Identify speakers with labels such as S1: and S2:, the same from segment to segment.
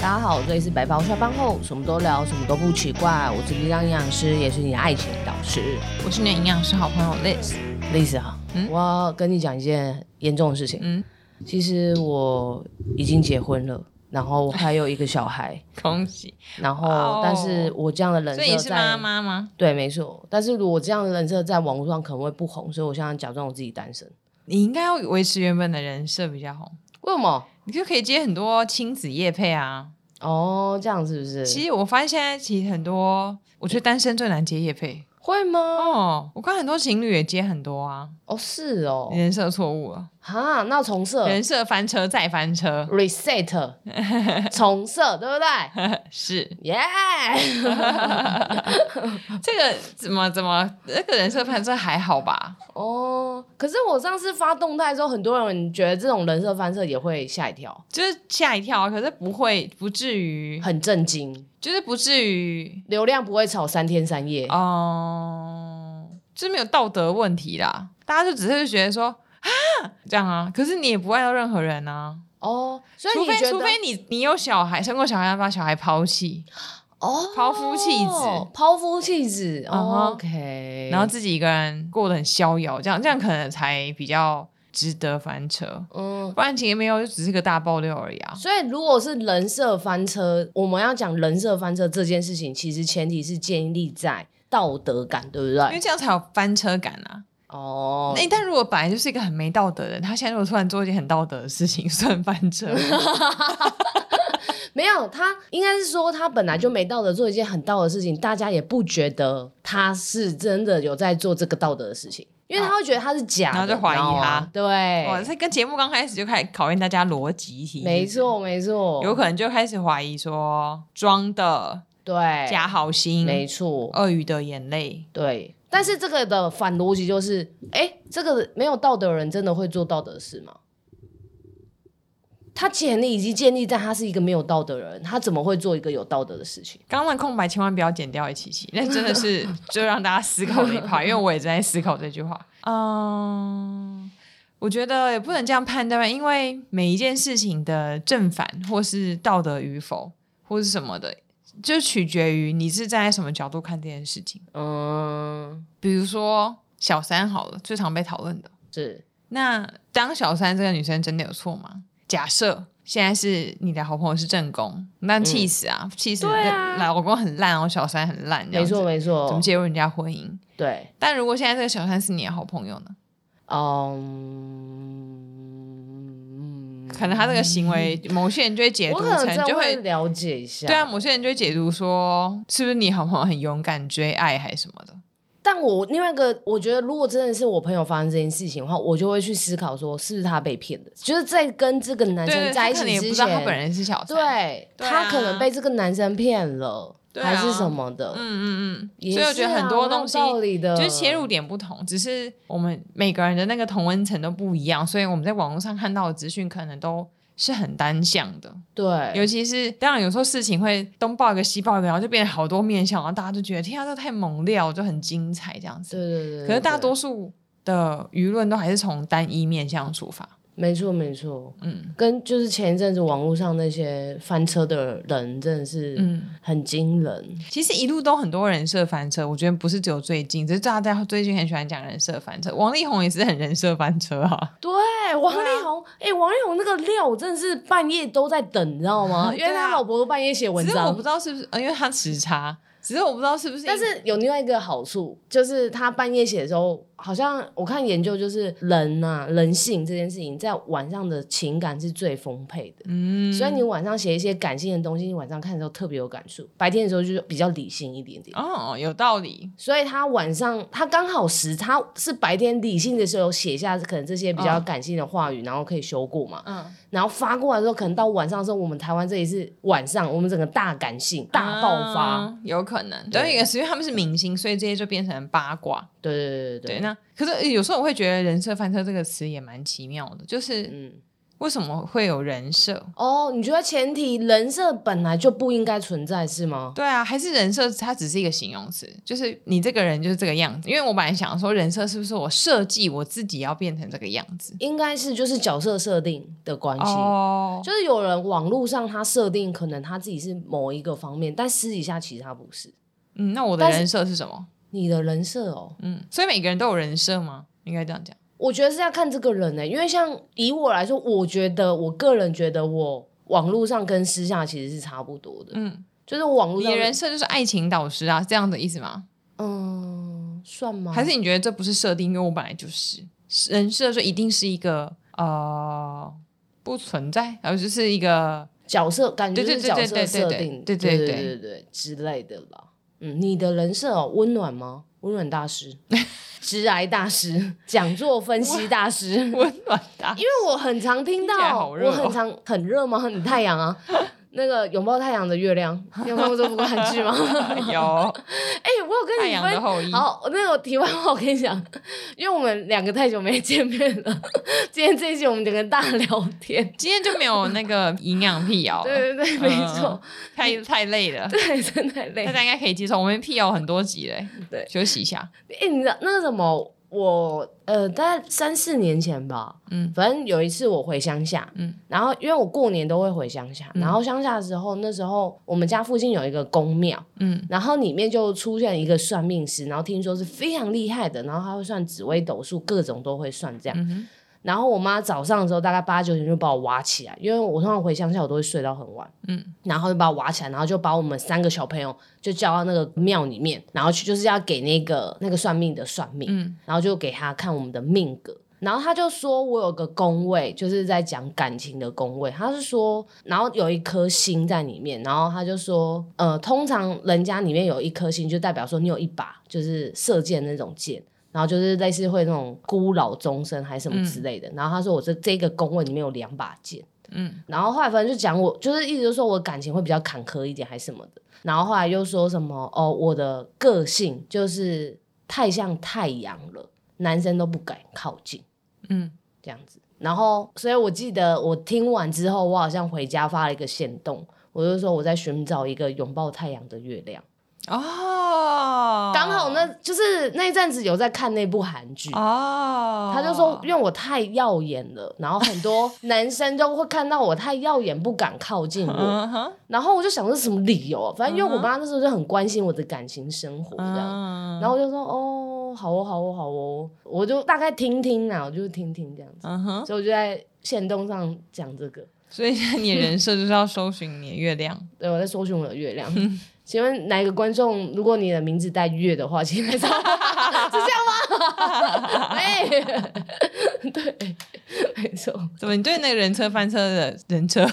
S1: 大家好，这里是白袍下班后，什么都聊，什么都不奇怪。我是你当营养师，也是你的爱情导师
S2: 我是你的营养师好朋友 Liz。
S1: Lisa 啊。
S2: 嗯
S1: 我要跟你讲一件严重的事情。
S2: 嗯，
S1: 其实我已经结婚了，然后我还有一个小 孩，
S2: 恭喜！
S1: 然后、
S2: 哇哦
S1: 但是我这样的人
S2: 所以你
S1: 设
S2: 是
S1: 在
S2: 妈妈吗？
S1: 对，没错。但是如果这样的人设在网络上可能会不红，所以我现在假装我自己单身。
S2: 你应该要维持原本的人设比较红，
S1: 为什么？
S2: 你就可以接很多亲子业配啊。
S1: 哦，这样是不是？
S2: 其实我发现现在其实很多，我觉得单身最难接业配
S1: 会吗？
S2: 哦。我看很多情侣也接很多啊，
S1: 哦，是哦
S2: 你。人设错误了，
S1: 哈，那重设
S2: 人设翻车再翻车
S1: reset 重设，对不对？
S2: 是
S1: 耶、
S2: 这个怎么怎么这个人设翻车还好吧？
S1: 哦，可是我上次发动态之后，很多人觉得这种人设翻车也会吓一跳，
S2: 就是吓一跳啊，可是不会不至于，
S1: 很震惊，
S2: 就是不至于
S1: 流量不会炒三天三夜。
S2: 啊哦，就是没有道德问题啦，大家就只是觉得说啊这样啊，可是你也不爱到任何人啊，
S1: 哦，所以
S2: 除
S1: 你
S2: 非
S1: 觉得
S2: 除非你你有小孩，生过小孩把小孩抛弃，
S1: 哦，
S2: 抛夫弃子，
S1: 抛夫弃子、哦
S2: 嗯哼
S1: o k
S2: 然后自己一个人过得很逍遥，这样这样可能才比较值得翻车，
S1: 嗯。
S2: 不然其实没有，就只是个大爆料而已啊。
S1: 所以，如果是人设翻车，我们要讲人设翻车这件事情，其实前提是建立在道德感，对不
S2: 因为
S1: 对？
S2: 这样才有翻车感啊！
S1: 哦，
S2: 哎、但如果本来就是一个很没道德的人，他现在如果突然做一件很道德的事情， 算翻车吗？
S1: 没有，他应该是说他本来就没道德，做一件很道德的事情，大家也不觉得他是真的有在做这个道德的事情，因为他会觉得他是假的，
S2: 然后就怀疑哦他
S1: 你知道吗
S2: 哇，
S1: 对，
S2: 这跟节目刚开始就开始考验大家逻辑题，
S1: 没，错，没错，
S2: 有可能就开始怀疑说装的、
S1: 对，
S2: 假哦好
S1: 没
S2: 心、
S1: 错，
S2: 鳄鱼的眼泪，
S1: 对。但是这个的反逻辑就是，哎，这个没有道德的人真的会做道德的事吗？他建立已经建立在他是一个没有道德的人，他怎么会做一个有道德的事情？
S2: 刚刚的空白千万不要剪掉一起起，那真的是 就让大家思考了一块，因为我也在思考这句话。嗯，我觉得也不能这样判断，因为每一件事情的正反或是道德与否或是什么的，就取决于你是站在什么角度看这件事情。
S1: 嗯，
S2: 比如说小三好了，最常被讨论的。
S1: 是
S2: 那当小三这个女生真的有错吗？假设现在是你的好朋友是正宫，那气死啊，气
S1: 嗯
S2: 死！
S1: 对啊
S2: 那老公很烂，然后小三很烂，这
S1: 没
S2: 样子
S1: 错，没错，
S2: 怎么介入人家婚姻？
S1: 对，
S2: 但如果现在这个小三是你的好朋友呢？
S1: 嗯，
S2: 可能他这个行为，某些人就会解
S1: 我
S2: 读
S1: 可能
S2: 成
S1: 真
S2: 就
S1: 会
S2: 会。
S1: 了解一下，
S2: 对啊，，某些人就会解读说，是不是你好朋友很勇敢追爱还是什么的？
S1: 但我另外一个，我觉得如果真的是我朋友发生这件事情的话，我就会去思考说，是不是他被骗的？就是在跟这个男
S2: 对，
S1: 生
S2: 他
S1: 在一
S2: 可能
S1: 起
S2: 也不
S1: 之
S2: 知道他本
S1: 前，
S2: 人是小三。
S1: 对
S2: 对啊
S1: 他可能被这个男生骗了，
S2: 对啊
S1: 还是什么的，
S2: 嗯嗯嗯。
S1: 也
S2: 所以我觉得
S1: 是啊
S2: 很多东西
S1: 蛮有道理的，
S2: 就是切入点不同，只是我们每个人的那个同温层都不一样，所以我们在网络上看到的资讯可能都是很单向的。
S1: 对，
S2: 尤其是当然有时候事情会东报一个西报一个，然后就变成好多面向，然后大家就觉得天啊，这太猛料，就很精彩这样
S1: 对
S2: 子。
S1: 对对对，
S2: 可是大
S1: 对
S2: 多数的舆论都还是从单一面向出发。
S1: 没错没错，
S2: 嗯
S1: 跟就是前一阵子网络上那些翻车的人真的是
S2: 嗯，
S1: 很惊人，
S2: 其实一路都很多人设翻车，我觉得不是只有最近，只是大家最近很喜欢讲人设翻车，王力宏也是很人设翻车啊。
S1: 对，王力宏，哎、王力宏那个料，我真的是半夜都在等，你知道吗？因为他老婆都半夜写文
S2: 啊只是我
S1: 章
S2: 不。知道是不是，呃，因为他时差，只是我不知道是不是因为，
S1: 但是有另外一个好处，就是他半夜写的时候，好像我看研究就是人呐、人性这件事情，在晚上的情感是最丰沛的。
S2: 嗯，
S1: 所以你晚上写一些感性的东西，你晚上看的时候特别有感触，白天的时候就是比较理性一点点。
S2: 哦，有道理，
S1: 所以他晚上他刚好时，他是白天理性的时候写下可能这些比较
S2: 嗯
S1: 感性的话语，然后可以修过嘛。
S2: 嗯，
S1: 然后发过来之后，可能到晚上的时候，我们台湾这里是晚上，我们整个大感性、
S2: 啊
S1: 大爆发。
S2: 嗯有可能。
S1: 对
S2: 对，也是因为他们是明星，所以这些就变成八卦。
S1: 对对对对
S2: 对，那可是呃有时候我会觉得“人设翻车”这个词也蛮奇妙的，就是
S1: 嗯，
S2: 为什么会有人设？
S1: 哦，你觉得前提人设本来就不应该存在是吗？
S2: 对啊，还是人设，它只是一个形容词，就是你这个人就是这个样子。因为我本来想说，人设是不是我设计我自己要变成这个样子？
S1: 应该是就是角色设定的关系。
S2: 哦，
S1: 就是有人网络上他设定可能他自己是某一个方面，但私底下其实他不是。
S2: 嗯，那我的
S1: 但是
S2: 人设是什么？
S1: 你的人设哦，
S2: 嗯，所以每个人都有人设吗？应该这样讲。
S1: 我觉得是要看这个人欸呢、因为像以我来说，我觉得我个人觉得我网络上跟私下其实是差不多的，
S2: 嗯，
S1: 就是我网络
S2: 你
S1: 上
S2: 的人设就是爱情导师啊，这样的意思吗？
S1: 嗯算吗？
S2: 还是你觉得这不是设定？因为我本来就是人设，就一定是一个呃不存在，然后就是一个
S1: 角色感觉就
S2: 对
S1: 是
S2: 对
S1: 角
S2: 对
S1: 色
S2: 对对
S1: 设
S2: 对
S1: 定，
S2: 对
S1: 对
S2: 对对
S1: 对对之类的啦。嗯，你的人设哦，温暖吗？温暖大 师、直癌大师、讲座分析大师。
S2: 温暖的。
S1: 因为我很常听
S2: 听起来
S1: 到，
S2: 好热
S1: 我
S2: 哦
S1: 很常很热吗？很太阳 啊，那个拥抱太阳的月亮，你有看过这部韩 剧吗？
S2: 有
S1: 哎、我有跟
S2: 太
S1: 你
S2: 阳的
S1: 分。
S2: 后裔，
S1: 好，那个题外话我跟你讲，因为我们两个太久没见面了，今天这一集我们就跟大家聊天。
S2: 今天就没有那个营养 辟谣了，
S1: 对对对，
S2: 嗯
S1: 没错，
S2: 太太累了，
S1: 对，真的很累
S2: 大。家应该可以接受。我们辟谣很多集嘞，
S1: 对
S2: 休息一下。
S1: 哎、你知道那个什么，我呃，大概三四年前吧，
S2: 嗯
S1: 反正有一次我回乡下，
S2: 嗯
S1: 然后因为我过年都会回乡下，然后乡下的时候，那时候我们家附近有一个公庙，
S2: 嗯
S1: 然后里面就出现一个算命师，然后听说是非常厉害的，然后他会算紫微斗数，各种都会算这样。
S2: 嗯哼
S1: 然后我妈早上的时候大概八九点就把我挖起来，因为我通常回乡下我都会睡到很晚，
S2: 嗯，
S1: 然后就把我挖起来，然后就把我们三个小朋友就叫到那个庙里面，然后去就是要给那个那个算命的算命，
S2: 嗯
S1: 然后就给他看我们的命格。然后他就说，我有个宫位，就是在讲感情的宫位。他是说，然后有一颗星在里面，然后他就说，呃，通常人家里面有一颗星，就代表说你有一把就是射箭那种箭，然后就是类似会那种孤老终生还是什么之类的。然后他说，我这这个宫位里面有两把剑。
S2: 嗯
S1: 然后后来反正就讲我，就是一直就说我感情会比较坎坷一点，还是什么的。然后后来又说什么哦，我的个性就是太像太阳了，男生都不敢靠近
S2: 嗯，
S1: 这样子。然后，所以我记得我听完之后，我好像回家发了一个线动，我就说我在寻找一个拥抱太阳的月亮。
S2: 哦，
S1: 刚好那就是那一阵子有在看那部韩剧。
S2: 哦，
S1: 他就说，因为我太耀眼了，然后很多男生就会看到我太耀眼，不敢靠近 我。
S2: 嗯哼，
S1: 然后我就想说是什么理由、啊？反正因为我妈那时候就很关心我的感情生活这样，
S2: 嗯
S1: 然后我就说哦，好哦，好哦，好哦，我就大概听听啦，我就听听这样子，
S2: 嗯哼，
S1: 所以我就在线动上讲这个。
S2: 所以你的人设就是要搜寻你的月亮。
S1: 对，我在搜寻我的月亮。请问哪一个观众，如果你的名字带月的话，请来 找我，是这样吗？ 哎，对，没错。
S2: 怎么？你对那个人车翻车的人车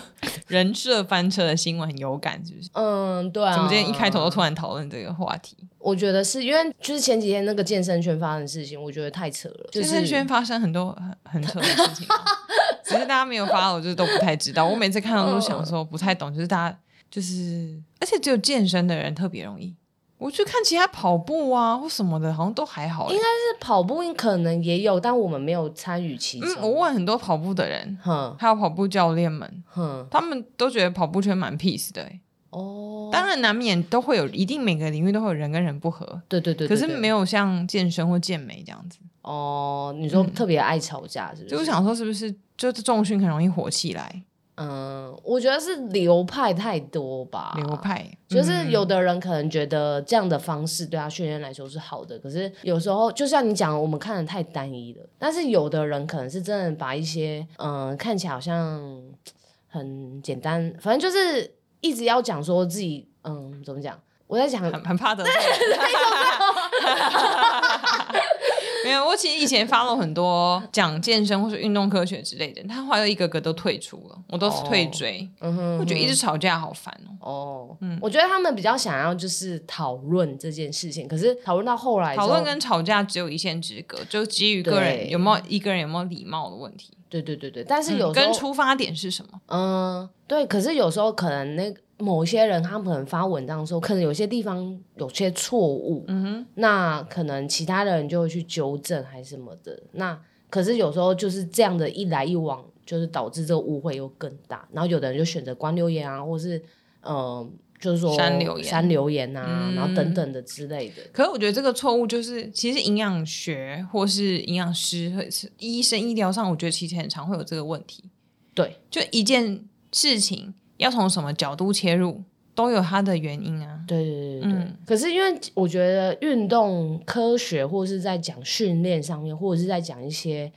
S2: 人设翻车的新闻很有感，是不是？
S1: 嗯，对啊。
S2: 怎么今天一开头就突然讨论这个话题？
S1: 我觉得是因为就是前几天那个健身圈发生的事情，我觉得太扯了。就
S2: 健
S1: 是
S2: 身圈发生很多很很扯的事情 啊、只是大家没有发，我就都不太知道。我每次看到都想说不太懂，就是大家就是，而且只有健身的人特别容易。我去看其他跑步啊或什么的，好像都还好欸、应该
S1: 跑步可能也有，但我们没有参与其
S2: 嗯，我
S1: 中。
S2: 问很多跑步的人，
S1: 哼
S2: 还有跑步教练们，
S1: 哼，
S2: 他们都觉得跑步圈蛮 peace 的欸、
S1: 哦，
S2: 当然难免都会有，一定每个领域都会有人跟人不合，
S1: 对对对，
S2: 可是没
S1: 有
S2: 有像健身或健美这样子。
S1: 哦。你说特别爱吵架是不是？
S2: 就我，想说，是不是就是重训很容易火起来？
S1: 嗯，我觉得是流派太多吧，
S2: 流。派
S1: 啊
S2: 嗯
S1: 就是有的人可能觉得这样的方式对他训练来说是好的，可是有时候就像你讲的，我们看的太单一了。但是有的人可能是真的把一些嗯、呃看起来好像很简单，反正就是一直要讲说自己嗯怎么讲，我在讲
S2: 很 很怕得罪人。没有，我其实以前 follow 很多讲健身或是运动科学之类的，他后来一个个都退出了，我都是退追。
S1: 哦嗯哼，
S2: 我觉得一直吵架好烦哦，
S1: 哦，我觉得他们比较想要就是讨论这件事情，可是讨论到后来的时候，
S2: 讨论跟吵架只有一线之隔，就基于个
S1: 对
S2: 人有没有一个人有没有礼貌的问题，
S1: 对对对对，但是有时
S2: 嗯跟
S1: 候，
S2: 出发点是什么？
S1: 嗯、对，可是有时候可能那个某些人他们可能发文章的时候，可能有些地方有些错误，嗯哼，那可能其他的人就会去纠正还是什么的，那可是有时候就是这样的一来一往，就是导致这个误会又更大。然后有的人就选择关留言啊，或是嗯、呃就是说
S2: 删留言
S1: 删留言啊，
S2: 嗯
S1: 然后等等的之类的。
S2: 可是我觉得这个错误就是，其实营养学或是营养师、或是医生、医疗上，我觉得其实很常会有这个问题。
S1: 对，
S2: 就一件事情要从什么角度切入，都有它的原因啊。
S1: 对对对对对。
S2: 嗯
S1: 可是因为我觉得运动科学，或是在讲训练上面，或者是在讲一些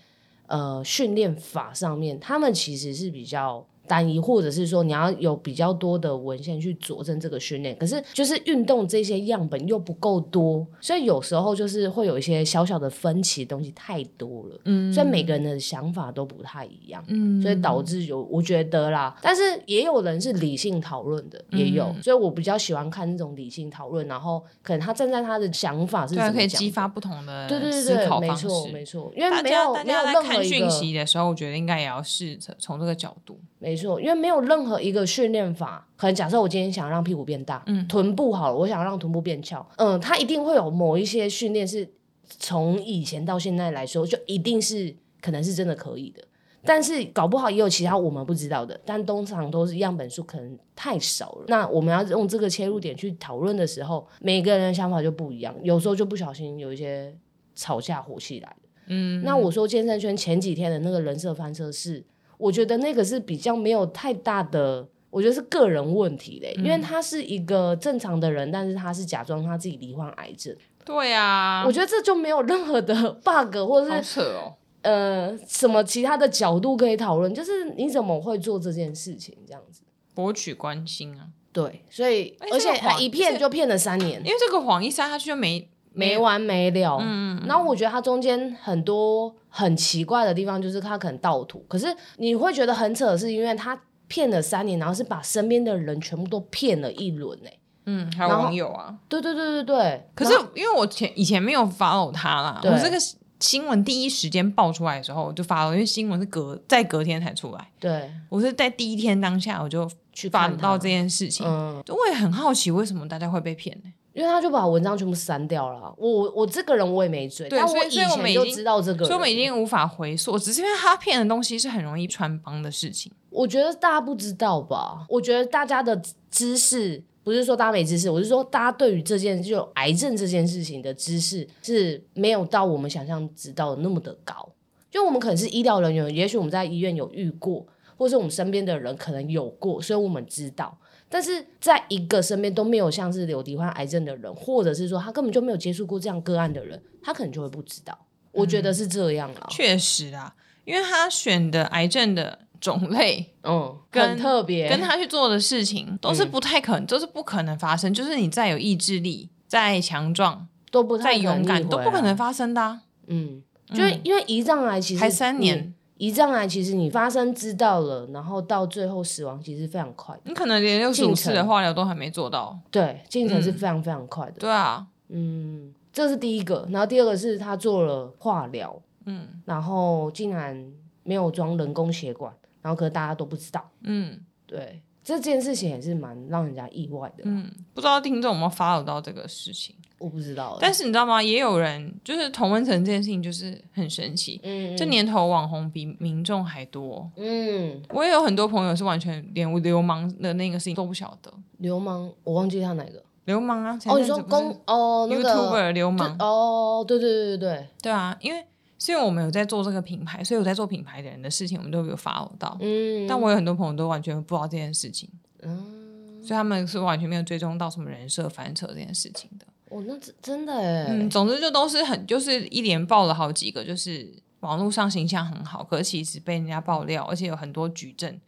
S1: 呃训练法上面，他们其实是比较。单一，或者是说你要有比较多的文献去佐证这个训练，可是就是运动这些样本又不够多，所以有时候就是会有一些小小的分歧，东西太多了，
S2: 嗯
S1: 所以每个人的想法都不太一样。
S2: 嗯
S1: 所以导致有，我觉得啦，但是也有人是理性讨论的，也有，
S2: 嗯
S1: 所以我比较喜欢看那种理性讨论，然后可能他站在他的想法是
S2: 对
S1: 怎
S2: 啊，
S1: 么
S2: 可以
S1: 讲
S2: 激
S1: 的
S2: 发不同的
S1: 对对
S2: 思
S1: 对对，
S2: 考
S1: 没
S2: 方式。
S1: 错没错，因为
S2: 大
S1: 没
S2: 家
S1: 有
S2: 大
S1: 没有
S2: 家在
S1: 任何
S2: 看
S1: 一
S2: 讯
S1: 个
S2: 息的时候，我觉得应该也要是从从这个角度。
S1: 没错，因为没有任何一个训练法，可能假设我今天想让屁股变大，
S2: 嗯
S1: 臀部好了，我想让臀部变翘，嗯，它一定会有某一些训练是从以前到现在来说，就一定是可能是真的可以的。但是搞不好也有其他我们不知道的，但通常都是样本数可能太少了。那我们要用这个切入点去讨论的时候，每个人的想法就不一样，有时候就不小心有一些吵架火气来了。
S2: 嗯，
S1: 那我说健身圈前几天的那个人设翻车是，我觉得那个是比较没有太大的，我觉得是个人问题嘞，因为他是一个正常的人，但是他是假装他自己罹患癌症，
S2: 对啊，
S1: 我觉得这就没有任何的 bug 或
S2: 好
S1: 者是
S2: 扯哦。
S1: 呃什么其他的角度可以讨论，就是你怎么会做这件事情这样子。
S2: 博取关心啊，
S1: 对，所以
S2: 哎
S1: 而且
S2: 这个谎
S1: 他一骗就骗了三年
S2: 因，为这个谎一撒下去就没
S1: 没完没了。嗯，然后我觉得它中间很多很奇怪的地方，就是它可能盗图，可是你会觉得很扯，是因为他骗了三年，然后是把身边的人全部都骗了一轮哎、
S2: 嗯，还有
S1: 然后
S2: 网友啊。
S1: 对对对对对，
S2: 可
S1: 然后
S2: 是因为我前以前没有 follow 他啦，
S1: 对
S2: 我这个新闻第一时间爆出来的时候我就 follow，因为新闻是隔在隔天才出来，
S1: 对
S2: 我是在第一天当下我就
S1: 去看
S2: follow
S1: 他
S2: 到这件事情，
S1: 嗯，
S2: 我也很好奇为什么大家会被骗呢、
S1: 因为他就把文章全部删掉了啊。我我我这个人我也没追，
S2: 对
S1: 但
S2: 所以
S1: 以
S2: 所以我们
S1: 前
S2: 已
S1: 就
S2: 经
S1: 知道这个人，
S2: 所以我们已经无法回溯，只是因为他骗的东西是很容易穿帮的事情。
S1: 我觉得大家不知道吧？我觉得大家的知识不是说大家没知识，我是说大家对于这件就癌症这件事情的知识是没有到我们想象知道的那么的高。就我们可能是医疗人员，也许我们在医院有遇过，或是我们身边的人可能有过，所以我们知道。但是在一个身边都没有像是有罹患癌症的人，或者是说他根本就没有接触过这样个案的人，他可能就会不知道。我觉得是这样啦，
S2: 确实啊，因为他选的癌症的种类
S1: 嗯，
S2: 跟
S1: 很特别，
S2: 跟他去做的事情都是不太可能，都是不可能发生。就是你再有意志力、再强壮、
S1: 都不太
S2: 再
S1: 可能
S2: 勇敢，
S1: 逆
S2: 都
S1: 回
S2: 不可
S1: 来
S2: 能发生的、啊。
S1: 嗯，就是因为胰脏癌其实
S2: 才三
S1: 你
S2: 年，
S1: 胰脏癌其实你发生知道了，然后到最后死亡其实非常快的，
S2: 你可能连六十
S1: 进
S2: 五
S1: 程
S2: 次的化疗都还没做到。
S1: 对，进程
S2: 嗯
S1: 是非常非常快的。
S2: 对啊，
S1: 嗯，这是第一个，然后第二个是他做了化疗，
S2: 嗯
S1: 然后竟然没有装人工血管，然后可是大家都不知道，
S2: 嗯
S1: 对。这件事情也是蛮让人家意外的，
S2: 嗯，不知道听众有没有 follow 到这个事情。
S1: 我不知道欸。
S2: 但是你知道吗？也有人就是同温层这件事情，就是很神奇。
S1: 嗯，
S2: 这年头网红比民众还多。
S1: 嗯，
S2: 我也有很多朋友是完全连流氓的那个事情都不晓得。
S1: 流氓，我忘记他哪个。
S2: 流氓啊！前
S1: 哦，你
S2: 阵子
S1: 说
S2: 不是
S1: 公哦那个
S2: YouTuber 流氓
S1: 对哦，对对对对对，
S2: 对啊，因为虽然我们有在做这个品牌，所以有在做品牌的人的事情，我们都有 follow 到。
S1: 嗯，
S2: 但我有很多朋友都完全不知道这件事情，
S1: 嗯，
S2: 所以他们是完全没有追踪到什么人设翻车这件事情的。
S1: 哦，那真真的哎，
S2: 嗯，总之就都是很，就是一连爆了好几个，就是网络上形象很好，可是其实被人家爆料，而且有很多举证，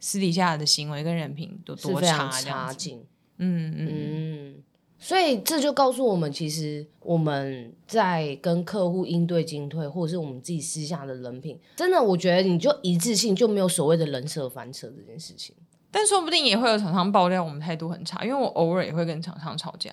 S2: 私底下的行为跟人品都
S1: 是
S2: 多
S1: 非常
S2: 这样
S1: 差
S2: 子。
S1: 劲。
S2: 嗯嗯，
S1: 嗯，所以这就告诉我们，其实我们在跟客户应对进退，或者是我们自己私下的人品，真的，我觉得你就一致性就没有所谓的人设翻车这件事情。
S2: 但说不定也会有厂商爆料我们态度很差，因为我偶尔也会跟厂商吵架。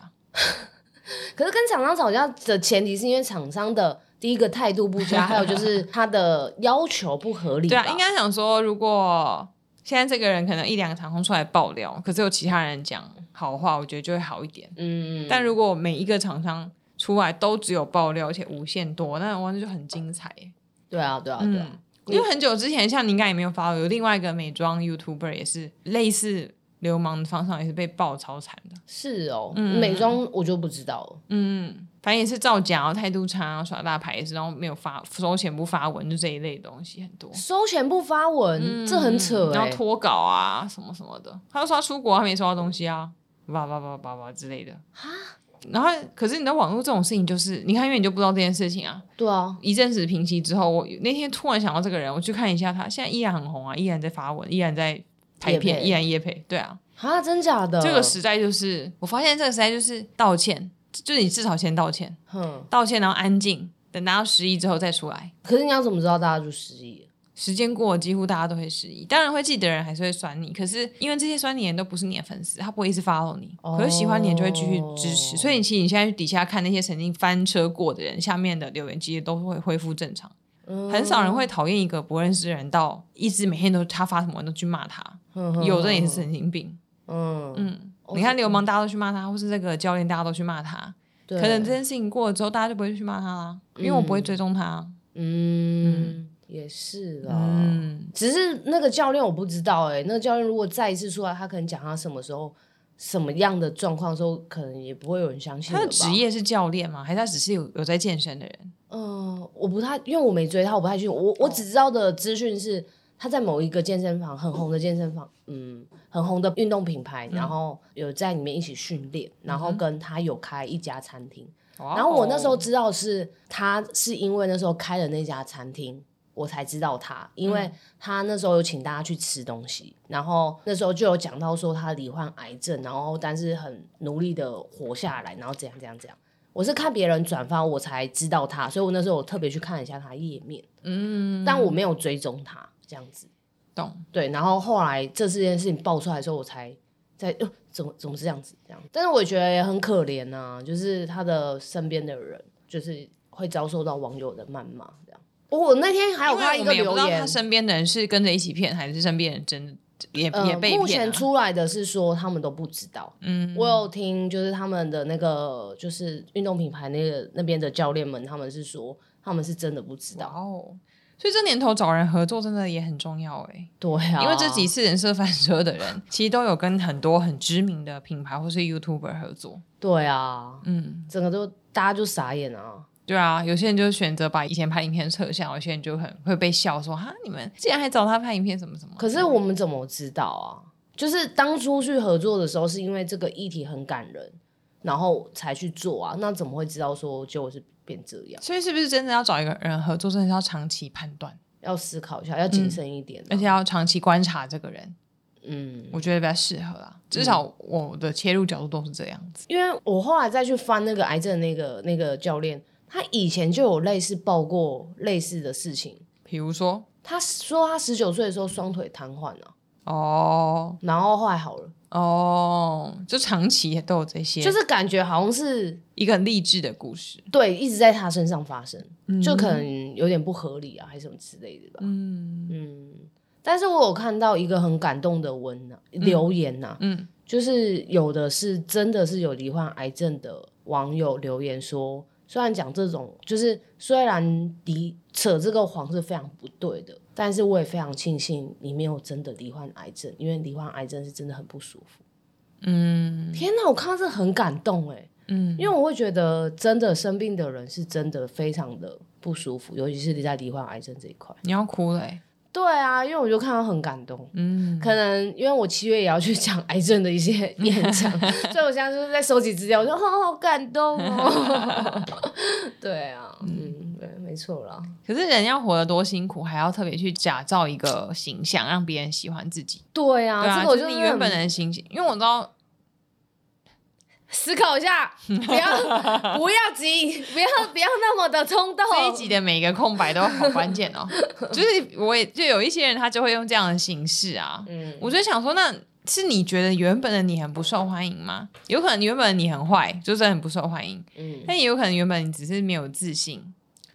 S1: 可是跟厂商吵架的前提是因为厂商的第一个态度不佳，还有就是他的要求不合理
S2: 对
S1: 吧。
S2: 啊，应该想说，如果现在这个人可能一两个场空出来爆料，可是有其他人讲好话，我觉得就会好一点。
S1: 嗯，
S2: 但如果每一个厂商出来都只有爆料，而且无限多，那完全就很精彩耶。
S1: 对啊，对啊，对啊。
S2: 嗯，因为很久之前，像你应该也没有发，有另外一个美妆 YouTuber 也是类似流氓的方向，也是被爆超惨的。
S1: 是哦，美妆我就不知道了。
S2: 嗯，反正也是造假、态度差、啊耍大牌，也是然后没有发收钱不发文，就这一类的东西很多。
S1: 收钱不发文，这很扯
S2: 嗯然
S1: 哎、
S2: 后脱稿啊什么什么的，他就说他出国，他没收到东西啊，叭叭叭叭叭之类的
S1: 啊。
S2: 然后，可是你的网络这种事情，就是你看，因为你就不知道这件事情啊。
S1: 对啊，
S2: 一阵子平息之后，我那天突然想到这个人，我去看一下他，现在依然很红啊，依然在发文，依然在拍
S1: 业
S2: 片，
S1: 配
S2: 依然夜配，对啊，
S1: 啊，真假的？
S2: 这个时代就是我发现这个时代就是道歉，就是你至少先道歉，
S1: 哼，
S2: 道歉然后安静，等拿到失忆之后再出来。
S1: 可是你要怎么知道大家就失忆？
S2: 时间过了，几乎大家都会失忆。当然会记得人还是会酸你，可是因为这些酸你的人都不是你的粉丝，他不会一直 follow 你，
S1: 哦
S2: 可是喜欢你的人就会继续支持。所以其实你现在去底下看那些曾经翻车过的人，下面的留言其实都会恢复正常。
S1: 嗯
S2: 很少人会讨厌一个不认识的人到一直每天都他发什么都去骂他，
S1: 哼哼
S2: 有的人也是神经病。
S1: 嗯，
S2: 嗯，你看流氓大家都去骂他，或是这个教练大家都去骂他，
S1: 对，
S2: 可能这件事情过了之后大家就不会去骂他啦，因为我不会追踪他。
S1: 嗯也是啦。
S2: 嗯，
S1: 只是那个教练我不知道哎、那个教练如果再一次出来，他可能讲他什么时候什么样的状况的时候，可能也不会有人相信
S2: 他
S1: 了
S2: 的
S1: 吧
S2: 职，业是教练吗？还是他只是有有在健身的人？
S1: 嗯、我不太，因为我没追他，我不太清楚。我我只知道的资讯是他在某一个健身房很红的健身房，嗯，很红的运动品牌，然后有在里面一起训练，然后跟他有开一家餐厅。
S2: 然
S1: 然后我那时候知道是他是因为那时候开的那家餐厅，我才知道他，因为他那时候有请大家去吃东西，然后那时候就有讲到说他罹患癌症，然后但是很努力的活下来，然后怎样怎样怎样。我是看别人转发我才知道他，所以我那时候我特别去看一下他页面，嗯，但我没有追踪他这样子。
S2: 懂，
S1: 对，然后后来这四件事情爆出来的时候，我才在呃，怎么怎么是这样子这样？但是我也觉得也很可怜呐、就是他的身边的人，就是会遭受到网友的谩骂这样。我我那天还有
S2: 因
S1: 看到一
S2: 为我
S1: 个
S2: 们也不
S1: 留
S2: 知道
S1: 言
S2: 他，身边的人是跟着一起骗，还是身边人真的也、也
S1: 呃，
S2: 被骗、啊。
S1: 目前出来的是说他们都不知道。嗯，我有听就是他们的那个就是运动品牌那个那边的教练们，他们是说他们是真的不知
S2: 哇
S1: 道。
S2: 哦，所以这年头找人合作真的也很重要哎、
S1: 对啊，
S2: 因为这几次人设翻车的人，其实都有跟很多很知名的品牌或是 YouTuber 合作。
S1: 对啊，
S2: 嗯，
S1: 整个都大家就傻眼啊。
S2: 对啊，有些人就选择把以前拍影片撤下，有些人就很会被笑说哈，你们竟然还找他拍影片什么什么。
S1: 可是我们怎么知道啊？就是当初去合作的时候，是因为这个议题很感人，然后才去做啊。那怎么会知道说结果是变这样？
S2: 所以是不是真的要找一个人合作，真的是要长期判断，
S1: 要思考一下，要谨慎一点、啊
S2: 嗯而且，要长期观察这个人，
S1: 嗯，
S2: 我觉得比较适合啦。至少我的切入角度都是这样子。
S1: 因为我后来再去翻那个癌症那个那个教练，他以前就有类似报过类似的事情。
S2: 比如说，
S1: 他说他十九岁的时候双腿瘫痪了、
S2: 哦
S1: 然后后来好了，
S2: 哦，就长期都有这些，
S1: 就是感觉好像是
S2: 一个很励志的故事。
S1: 对一直在他身上发生，就可能有点不合理啊，还是什么之类的吧。
S2: 嗯
S1: 嗯，但是我有看到一个很感动的文呐、留言呐、
S2: 嗯，
S1: 就是有的是真的是有罹患癌症的网友留言说，虽然讲这种，就是虽然离扯这个谎是非常不对的，但是我也非常庆幸你没有真的罹患癌症，因为罹患癌症是真的很不舒服。嗯，天哪，我看到这很感动哎、
S2: 嗯，
S1: 因为我会觉得真的生病的人是真的非常的不舒服，尤其是在罹患癌症这一块。
S2: 你要哭了、欸，
S1: 对啊，因为我就看到很感动。
S2: 嗯，
S1: 可能因为我七月也要去讲癌症的一些 演讲，所以我现在就是在收集资料，我说哦，好感动 哦。对啊，嗯，对，没错啦。
S2: 可是人要活得多辛苦，还要特别去假造一个形象，让别人喜欢自己。
S1: 对啊，
S2: 对啊，
S1: 这个我
S2: 就是
S1: 是
S2: 你原本
S1: 很
S2: 的形象，因为我知道
S1: 思考一下，不 要不要急，不要不要那么的冲动。
S2: 这一集的每一个空白都好关键哦。 就是我也就有一些人，他就会用这样的形式啊。
S1: 嗯，
S2: 我就想说，那是你觉得原本的你很不受欢迎吗？有可能原本你很坏，就真的很不受欢迎。
S1: 嗯
S2: 但也有可能原本你只是没有自信，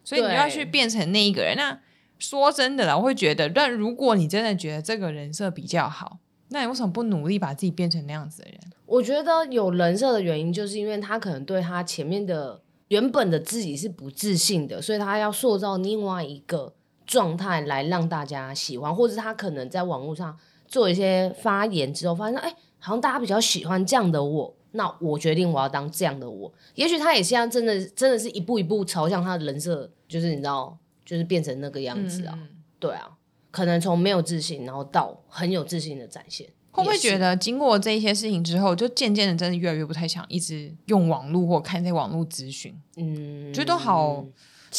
S2: 所以你就要
S1: 对
S2: 去变成那一个人。那说真的啦，我会觉得，但如果你真的觉得这个人设比较好，那你为什么不努力把自己变成那样子的人？
S1: 我觉得有人设的原因，就是因为他可能对他前面的原本的自己是不自信的，所以他要塑造另外一个状态来让大家喜欢，或者是他可能在网络上做一些发言之后，发现哎、诶好像大家比较喜欢这样的我，那我决定我要当这样的我。也许他也现在真的真的是一步一步朝向他的人设，就是你知道，就是变成那个样子啊，
S2: 嗯
S1: 对啊，可能从没有自信，然后到很有自信的展现，
S2: 会不会
S1: 也是
S2: 觉得经过这一些事情之后，就渐渐的真的越来越不太想一直用网络或看在网络咨询，
S1: 嗯，
S2: 觉得都好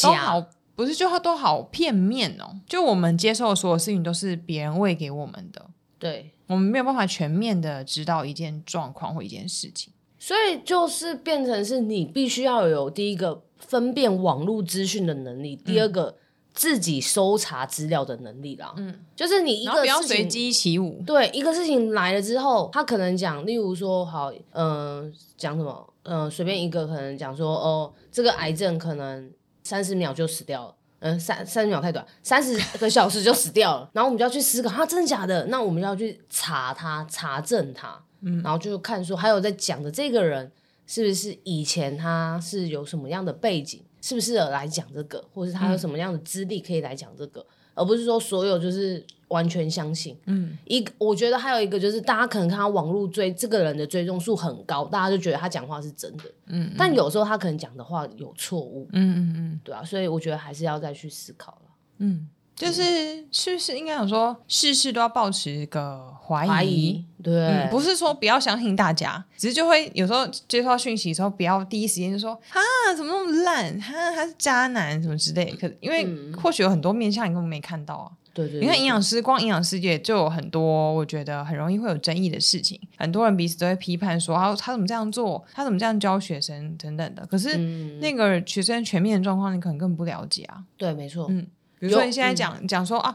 S2: 都
S1: 假
S2: 好不是就它都好片面哦。就我们接受的所有事情都是别人喂给我们的，
S1: 对。
S2: 我们没有办法全面的知道一件状况或一件事情。
S1: 所以就是变成是你必须要有第一个分辨网络资讯的能力，第二个自己搜查资料的能力啦。嗯，就是你一
S2: 然后
S1: 个
S2: 不要
S1: 事
S2: 随
S1: 情，
S2: 机起舞，
S1: 对一个事情来了之后，他可能讲，例如说，好，嗯、讲什么，嗯、随便一个可能讲说，哦，这个癌症可能三十秒就死掉了。嗯，三三十秒太短，三十个小时就死掉了。然后我们就要去思考，它、真的假的？那我们就要去查它，查证它，然后就看说还有在讲的这个人是不是以前他是有什么样的背景，适不适合来讲这个，或是他有什么样的资历可以来讲这个，而不是说所有就是完全相信。嗯，一个我觉得还有一个就是大家可能看他网络追这个人的追踪数很高，大家就觉得他讲话是真的。嗯，但有时候他可能讲的话有错误，
S2: 嗯嗯嗯
S1: 对啊，所以我觉得还是要再去思考了。
S2: 嗯，就是是不是应该想说，事事都要保持一个怀疑。
S1: 怀疑，对，
S2: 嗯，不是说不要相信大家，只是就会有时候接收到讯息的时候，不要第一时间就说啊，怎么那么烂，哈，他是渣男什么之类的。可因为或许有很多面向你根本没看到啊。
S1: 对嗯对对，
S2: 你看营养师，光营养师界就有很多，我觉得很容易会有争议的事情。很多人彼此都会批判说，啊，他怎么这样做，他怎么这样教学生等等的。可是
S1: 嗯
S2: 那个学生全面的状况，你可能根本不了解啊。
S1: 对，没错，
S2: 比如说
S1: 有嗯
S2: 你现在讲、讲说啊，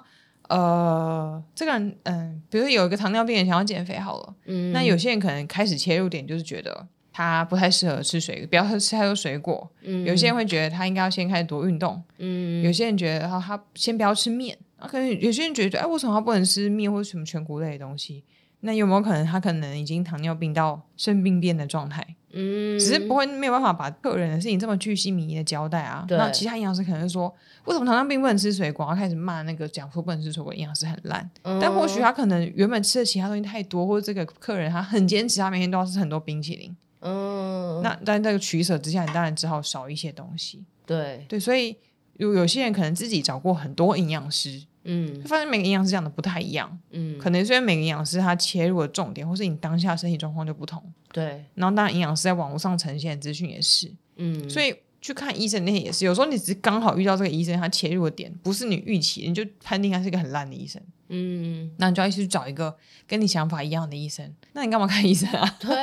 S2: 呃，这个人，嗯、比如说有一个糖尿病人想要减肥好了，
S1: 嗯，
S2: 那有些人可能开始切入点就是觉得他不太适合吃水，不要吃太多水果。
S1: 嗯
S2: 有些人会觉得他应该要先开始多运动，
S1: 嗯
S2: 有些人觉得他哦他先不要吃面，啊，可能有些人觉得哎，为什么他不能吃面或者什么全谷类的东西？那有没有可能他可能已经糖尿病到肾病变的状态？
S1: 嗯，
S2: 只是不会没有办法把个人的事情这么巨细靡遗的交代啊。
S1: 对
S2: 那其他营养师可能就说，为什么糖尿病不能吃水果？然后开始骂那个讲说不能吃水果的营养师很烂，
S1: 嗯，
S2: 但或许他可能原本吃的其他东西太多，或者这个客人他很坚持，他每天都要吃很多冰淇淋。
S1: 嗯，
S2: 那在这个取舍之下，你当然只好少一些东西。
S1: 对，
S2: 对，所以有有些人可能自己找过很多营养师，
S1: 嗯
S2: 发现每个营养师讲的不太一样，
S1: 嗯，
S2: 可能是因为每个营养师他切入的重点，或是你当下身体状况就不同。
S1: 对，
S2: 然后当然，营养师在网络上呈现的资讯也是，
S1: 嗯，
S2: 所以去看医生那天也是，有时候你只是刚好遇到这个医生，他切入的点不是你预期，你就判定他是一个很烂的医生，
S1: 嗯，
S2: 那你就要去找一个跟你想法一样的医 生。那你干嘛看医生啊？
S1: 对，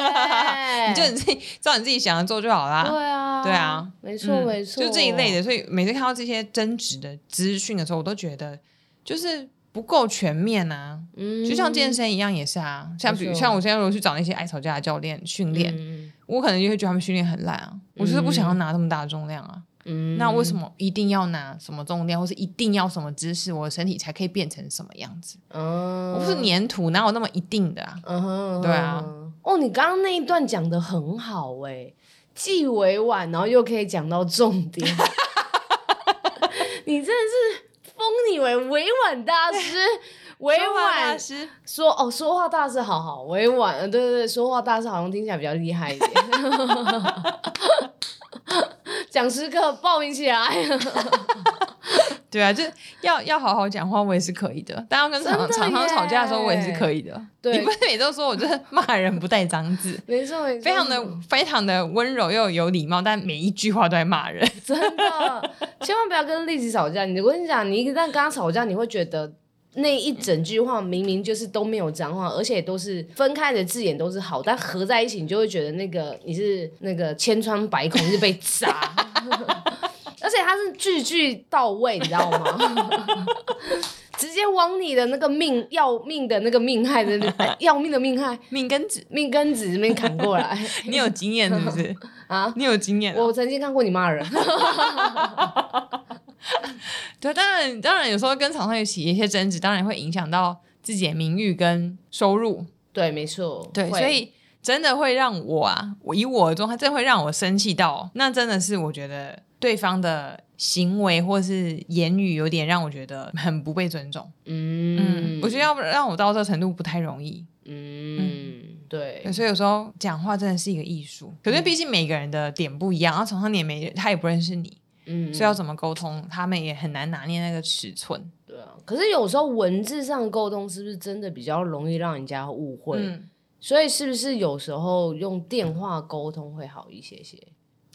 S2: 你就你自己照你自己想的做就好啦。
S1: 对啊，
S2: 对啊，
S1: 没错
S2: 嗯
S1: 没错，
S2: 就这一类的，所以每次看到这些争执的资讯的时候，我都觉得就是不够全面啊。
S1: 嗯，嗯，
S2: 就像健身一样也是啊，像比如
S1: 没错
S2: 像我现在如果去找那些爱吵架的教练训练，
S1: 嗯，
S2: 我可能就会觉得他们训练很烂啊，我就是不想要拿那么大的重量啊。
S1: 嗯，
S2: 那为什么一定要拿什么重量，或是一定要什么姿势，我的身体才可以变成什么样子？
S1: 嗯，
S2: 我不是粘土，哪有那么一定的啊？
S1: 嗯哼，
S2: 哦对啊
S1: 嗯哼。哦，你刚刚那一段讲的很好哎、既委婉，然后又可以讲到重 点。你真的是封你为委婉大师，委婉
S2: 师，
S1: 说哦，说话大师好好委婉，呃对对对，说话大师好像听起来比较厉害一 点。讲师课报名起来，
S2: 对啊，就是要要好好讲话，我也是可以的。但要跟
S1: 真
S2: 厂
S1: 的
S2: 厂商
S1: 耶
S2: 吵架的时候，我也是可以的。
S1: 对
S2: 你不是每周说 我就是骂人不带脏字，
S1: 没错没错，
S2: 非常的非常的温柔又有礼貌，但每一句话都在骂人。
S1: 真的，千万不要跟丽子吵架。你我跟你讲，你一旦跟她吵架，你会觉得那一整句话明明就是都没有脏话，而且都是分开的字眼都是好，但合在一起，你就会觉得那个你是那个千疮百孔，你是被扎。 而且它是句句到位，你知道吗？直接往你的那个命要命的那个命害的那、哎要命的命害
S2: 命根子，
S1: 命根子这边砍过 来
S2: 你有经验是不是？
S1: 啊！
S2: 你有经验、啊？
S1: 我曾经看过你骂人，
S2: 对，当然，当然，有时候跟厂商有起一些争执，当然会影响到自己的名誉跟收入。
S1: 对，没错，
S2: 对，
S1: 会
S2: 所以真的会让我啊，我以我的状态，真的会让我生气到，那真的是我觉得对方的行为或是言语有点让我觉得很不被尊重。嗯，
S1: 嗯，
S2: 我觉得要让我到这程度不太容易，
S1: 嗯，对，
S2: 所以有时候讲话真的是一个艺术。
S1: 嗯
S2: 可是毕竟每个人的点不一样，然后常常你也没他也不认识你，
S1: 嗯，
S2: 所以要怎么沟通，他们也很难拿捏那个尺寸。
S1: 对啊。可是有时候文字上沟通是不是真的比较容易让人家误会？
S2: 嗯，
S1: 所以是不是有时候用电话沟通会好一些些？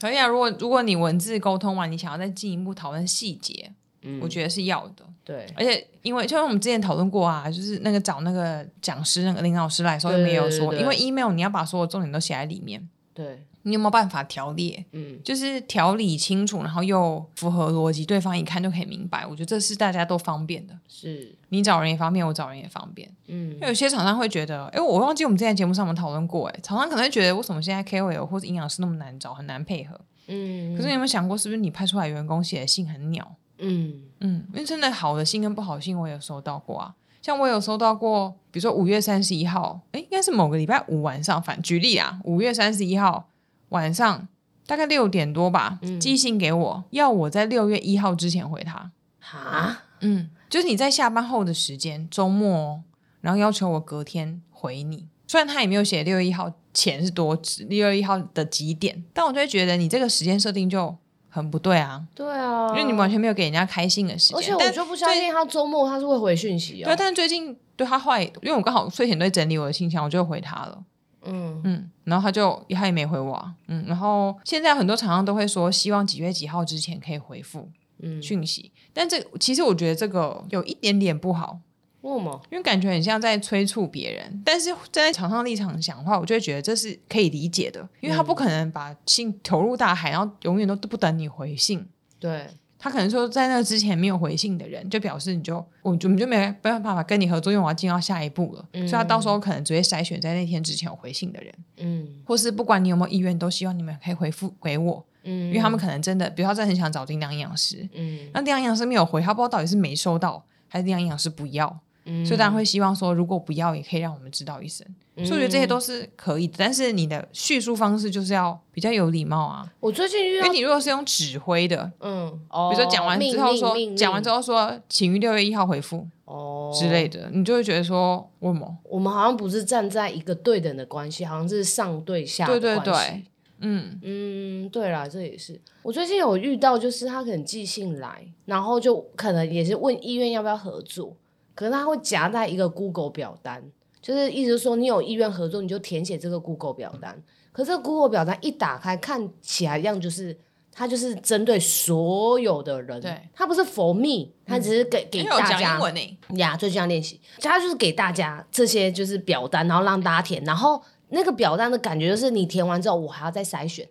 S2: 可以啊。如果如果你文字沟通完，你想要再进一步讨论细节，
S1: 嗯，
S2: 我觉得是要的。
S1: 对，
S2: 而且因为就像我们之前讨论过啊，就是那个找那个讲师、那个林老师来的时候，
S1: 对
S2: 我们也有说，
S1: 对对
S2: 因为 email 你要把所有重点都写在里面，
S1: 对，
S2: 你有没有办法条列？
S1: 嗯，
S2: 就是条理清楚，然后又符合逻辑，对方一看就可以明白。我觉得这是大家都方便的，
S1: 是，
S2: 你找人也方便，我找人也方便。
S1: 嗯
S2: 因为有些厂商会觉得，哎、我忘记我们之前节目上我们讨论过、哎，厂商可能会觉得为什么现在 KOL 或者营养师那么难找，很难配合。
S1: 嗯，
S2: 可是你有没有想过，是不是你派出来员工写的信很鸟？
S1: 嗯
S2: 嗯，因为真的好的信跟不好的信我也有收到过啊。像我有收到过，比如说五月三十一号，哎，应该是某个礼拜五晚上，反举例啊，五月三十一号晚上大概六点多吧，
S1: 嗯
S2: 寄信给我，要我在六月一号之前回他。
S1: 哈，
S2: 嗯，就是你在下班后的时间，周末、哦，然后要求我隔天回你。虽然他也没有写六月一号前是多六月一号的几点，但我就会觉得你这个时间设定就很不对啊，
S1: 对啊，
S2: 因为你完全没有给人家开信的时间。
S1: 而且我
S2: 但
S1: 就不相信他周末他是会回讯息
S2: 对，啊
S1: 哦。
S2: 但最近对他坏，因为我刚好睡前都会整理我的信箱，我就回他了。
S1: 嗯
S2: 嗯，然后他就他也没回我、啊。嗯，然后现在很多厂商都会说，希望几月几号之前可以回复
S1: 嗯，
S2: 讯息，但这其实我觉得这个有一点点不好，
S1: 为什么？
S2: 因为感觉很像在催促别人。但是站在厂商立场想的话，我就会觉得这是可以理解的，因为他不可能把信投入大海，然后永远都不等你回信。
S1: 对，
S2: 他可能说在那之前没有回信的人，就表示你就我我们就没办法跟你合作，因为我要进到下一步了，
S1: 嗯
S2: 所以他到时候可能只会筛选在那天之前有回信的人，
S1: 嗯
S2: 或是不管你有没有意愿，都希望你们可以回复给我，
S1: 嗯，
S2: 因为他们可能真的，比如他真的很想找叮当营养师，
S1: 嗯
S2: 那叮当营养师没有回，他不知道到底是没收到还是叮当营养师不要，
S1: 嗯，
S2: 所以当然会希望说如果不要也可以让我们知道一声，
S1: 嗯
S2: 所以我觉得这些都是可以的，但是你的叙述方式就是要比较有礼貌啊，
S1: 我最近遇
S2: 因
S1: 到
S2: 为你如果是用指挥的，
S1: 嗯，哦
S2: 比如说讲完之后说，讲完之
S1: 后
S2: 后说，请于六月一号回复
S1: 哦
S2: 之类。的，你就会觉得说，为什么？
S1: 我们好像不是站在一个对等的关系，好像是上对下的
S2: 对对
S1: 关系
S2: 对，嗯，
S1: 嗯，对啦，这也是我最近有遇到，就是他可能寄信来，然后就可能也是问医院要不要合作，可是他会夹在一个 Google 表单，就是意思说你有意愿合作，你就填写这个 Google 表单。可是这个 Google 表单一打开，看起来样就是它就是针对所有的人，
S2: 对，嗯
S1: 它不是 for me，它只是给、给
S2: 因为我
S1: 大
S2: 讲
S1: 家
S2: 英文呢，
S1: 呀，最近要练习，他就是给大家这些就是表单，然后让大家填，然后那个表单的感觉就是你填完之后，我还要再筛选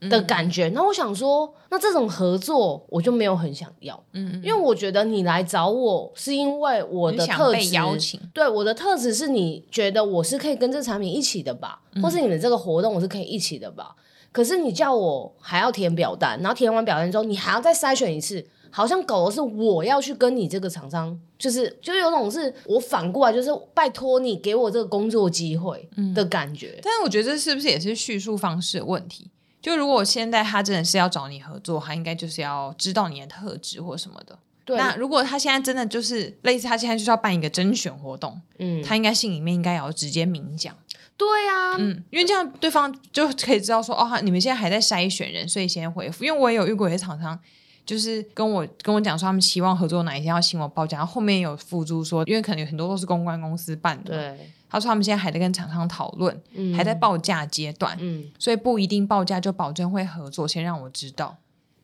S2: 嗯
S1: 的感觉。那、我想说，那这种合作我就没有很想要，
S2: 嗯，
S1: 因为我觉得你来找我是因为我
S2: 你
S1: 的
S2: 想
S1: 特
S2: 被
S1: 质
S2: 邀请，
S1: 对我的特质是你觉得我是可以跟这产品一起的吧，或是你们这个活动我是可以一起的吧？可是你叫我还要填表单，然后填完表单之后，你还要再筛选一次，好像搞的是我要去跟你这个厂商，就是就是有种是我反过来，就是拜托你给我这个工作机会的感觉。
S2: 但是我觉得这是不是也是叙述方式的问题？就如果现在他真的是要找你合作，他应该就是要知道你的特质或什么的。
S1: 对，
S2: 那如果他现在真的就是类似他现在就是要办一个甄选活动，
S1: 嗯，
S2: 他应该信里面应该也要直接明讲。
S1: 对啊，
S2: 嗯，因为这样对方就可以知道说，哦，你们现在还在筛选人，所以先回复。因为我也有遇过有些厂商，就是跟我跟我讲说，他们期望合作哪一天要请我报价，然后后面有付诸说，因为可能有很多都是公关公司办的，
S1: 对，
S2: 他说他们现在还在跟厂商讨论，
S1: 嗯
S2: 还在报价阶段，
S1: 嗯，
S2: 所以不一定报价就保证会合作，先让我知道。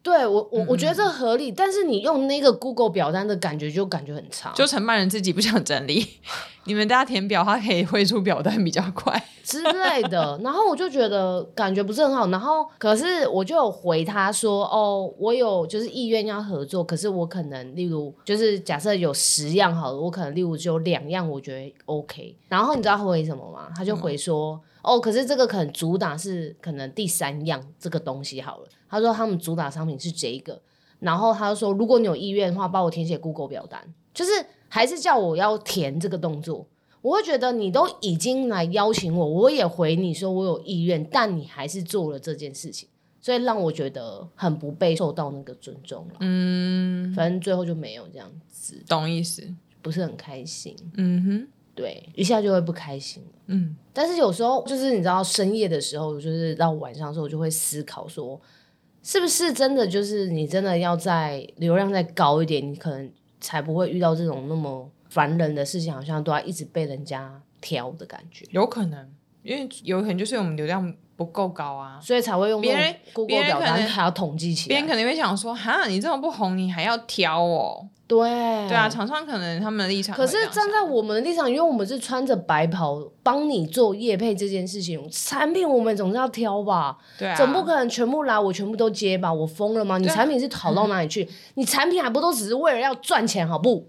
S1: 对我我我觉得这合理，但是你用那个 Google 表单的感觉就感觉很差，
S2: 就承办人自己不想整理， 你们大家填表，他可以汇出表单比较快。
S1: 之类的，然后我就觉得感觉不是很好，然后可是我就有回他说，哦，我有就是意愿要合作，可是我可能例如就是假设有十样好了，我可能例如只有两样我觉得 OK，然后你知道他回什么吗？他就回说，哦，可是这个可能主打是可能第三样这个东西好了，他说他们主打商品是这一个，然后他就说，如果你有意愿的话，帮我填写 Google 表单，就是还是叫我要填这个动作。我会觉得你都已经来邀请我，我也回你说我有意愿，但你还是做了这件事情，所以让我觉得很不被受到那个尊重了。
S2: 嗯，
S1: 反正最后就没有这样子，
S2: 懂意思。
S1: 不是很开心，
S2: 嗯哼，
S1: 对，一下就会不开心了。
S2: 嗯
S1: 但是有时候就是你知道深夜的时候，就是到晚上的时候，我就会思考说，是不是真的就是你真的要在流量再高一点，你可能才不会遇到这种那么烦人的事情，好像都要一直被人家挑的感觉，
S2: 有可能，因为有可能就是我们流量不够高啊。
S1: 所以才会用
S2: 别人别
S1: Google
S2: 人
S1: 表
S2: 可
S1: 单
S2: 能
S1: 还要统计起
S2: 别人
S1: 来。
S2: 可能会想说，哈，你这么不红，你还要挑哦？
S1: 对
S2: 对啊，厂商可能他们的立场会
S1: 可
S2: 这
S1: 是
S2: 样想。
S1: 站在我们的立场，因为我们是穿着白袍帮你做业配这件事情，产品我们总是要挑吧。
S2: 对啊，
S1: 总不可能全部来，我全部都接吧？我疯了吗？你
S2: 对啊
S1: 产品是好到哪里 去？你产品还不都只是为了要赚钱，好不？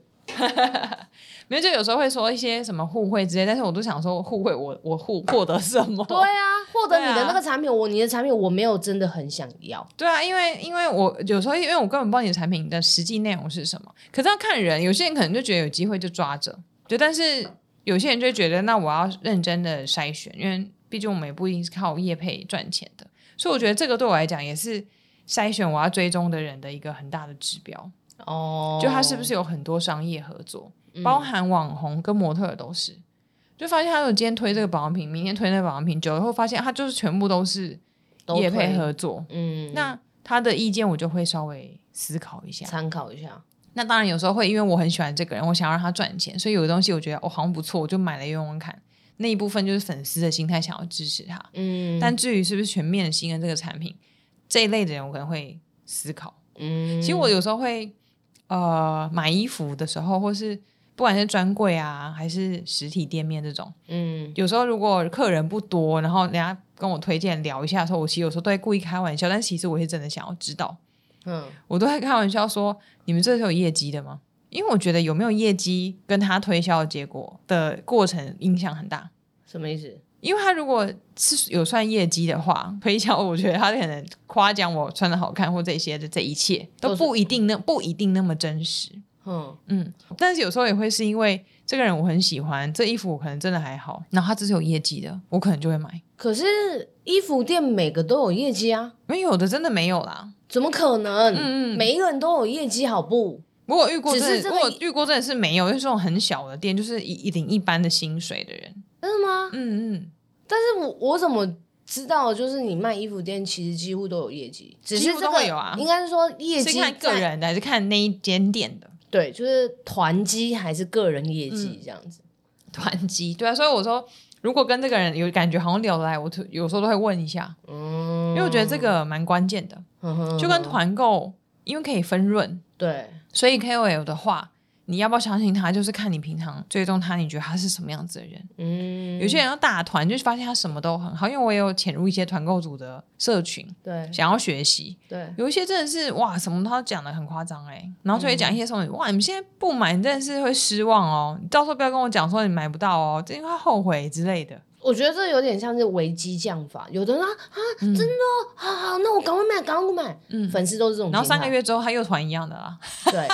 S2: 没有，就有时候会说一些什么互惠之类，但是我都想说互惠我我互获得什么？
S1: 对啊，获得你
S2: 对
S1: 的
S2: 啊
S1: 那个产品，我你的产品我没有真的很想要。
S2: 对啊，因为因为我有时候因为我根本不知道你的产品的实际内容是什么，可是要看人，有些人可能就觉得有机会就抓着，对，但是有些人就会觉得那我要认真的筛选，因为毕竟我们也不一定是靠业配赚钱的，所以我觉得这个对我来讲也是筛选我要追踪的人的一个很大的指标，
S1: 哦
S2: 就他是不是有很多商业合作，
S1: 嗯
S2: 包含网红跟模特儿都是，就发现他有今天推这个保养品，明天推那个保养品，久了后发现他就是全部都是
S1: 都
S2: 业配
S1: 推
S2: 合作，
S1: 嗯，
S2: 那他的意见我就会稍微思考一下。
S1: 参考一下。
S2: 那当然有时候会因为我很喜欢这个人，我想要让他赚钱，所以有的东西我觉得哦好像不错，我就买来用用看。那一部分就是粉丝的心态想要支持他，
S1: 嗯，
S2: 但至于是不是全面信任这个产品这一类的人，我可能会思考。
S1: 嗯，
S2: 其实我有时候会呃买衣服的时候，或是不管是专柜啊还是实体店面这种，
S1: 嗯
S2: 有时候如果客人不多，然后人家跟我推荐聊一下的时候，我其实有时候都会故意开玩笑，但其实我是真的想要知道。
S1: 嗯
S2: 我都会开玩笑说，你们这是有业绩的吗？因为我觉得有没有业绩跟他推销的结果的过程影响很大。
S1: 什么意思？
S2: 因为他如果是有算业绩的话，推销我觉得他可能夸奖我穿的好看或这些的这一切
S1: 都
S2: 都
S1: 是
S2: 不一定那不一定那么真实。
S1: 嗯
S2: 嗯，但是有时候也会是因为这个人我很喜欢，这衣服我可能真的还好，然后他这是有业绩的，我可能就会买。
S1: 可是衣服店每个都有业绩啊，
S2: 没有的真的没有啦。
S1: 怎么可能？
S2: 嗯嗯
S1: 每一个人都有业绩，好不？
S2: 我有遇过
S1: 只
S2: 真的，
S1: 是这个
S2: 我有遇过真的是没有，就是这种很小的店，就是一一领一般的薪水的人。
S1: 真的吗？
S2: 嗯嗯，
S1: 但是我我怎么知道？就是你卖衣服店，其实几乎都有业绩，只是
S2: 几乎
S1: 这
S2: 都
S1: 个
S2: 会有啊
S1: 应该是说业
S2: 是
S1: 绩
S2: 看个
S1: 在，
S2: 人的还是看那一间店的
S1: 对，就是团积还是个人业
S2: 嗯
S1: 绩这样子。
S2: 团积？对啊，所以我说，如果跟这个人有感觉好像聊得来，我就有时候都会问一下，
S1: 嗯，
S2: 因为我觉得这个蛮关键的，
S1: 个
S2: 就跟团购，因为可以分润，
S1: 嗯对，
S2: 所以 KOL 的话。你要不要相信他？就是看你平常追踪他，你觉得他是什么样子的人。
S1: 嗯，
S2: 有些人要打团，就是发现他什么都很好。因为我也有潜入一些团购组的社群，
S1: 对
S2: 想要学习，
S1: 对，
S2: 有一些真的是哇，什么都讲的很夸张哎，然后就会讲一些什么、哇，你们现在不买，你真的是会失望哦，你到时候不要跟我讲说你买不到哦，这因为会后悔之类的。
S1: 我觉得这有点像是危机降法。有的人啊啊，真的哦好好，那我赶快买，赶快买。
S2: 嗯
S1: 粉丝都是这种心态，
S2: 然后三个月之后他又团一样的啦，
S1: 对，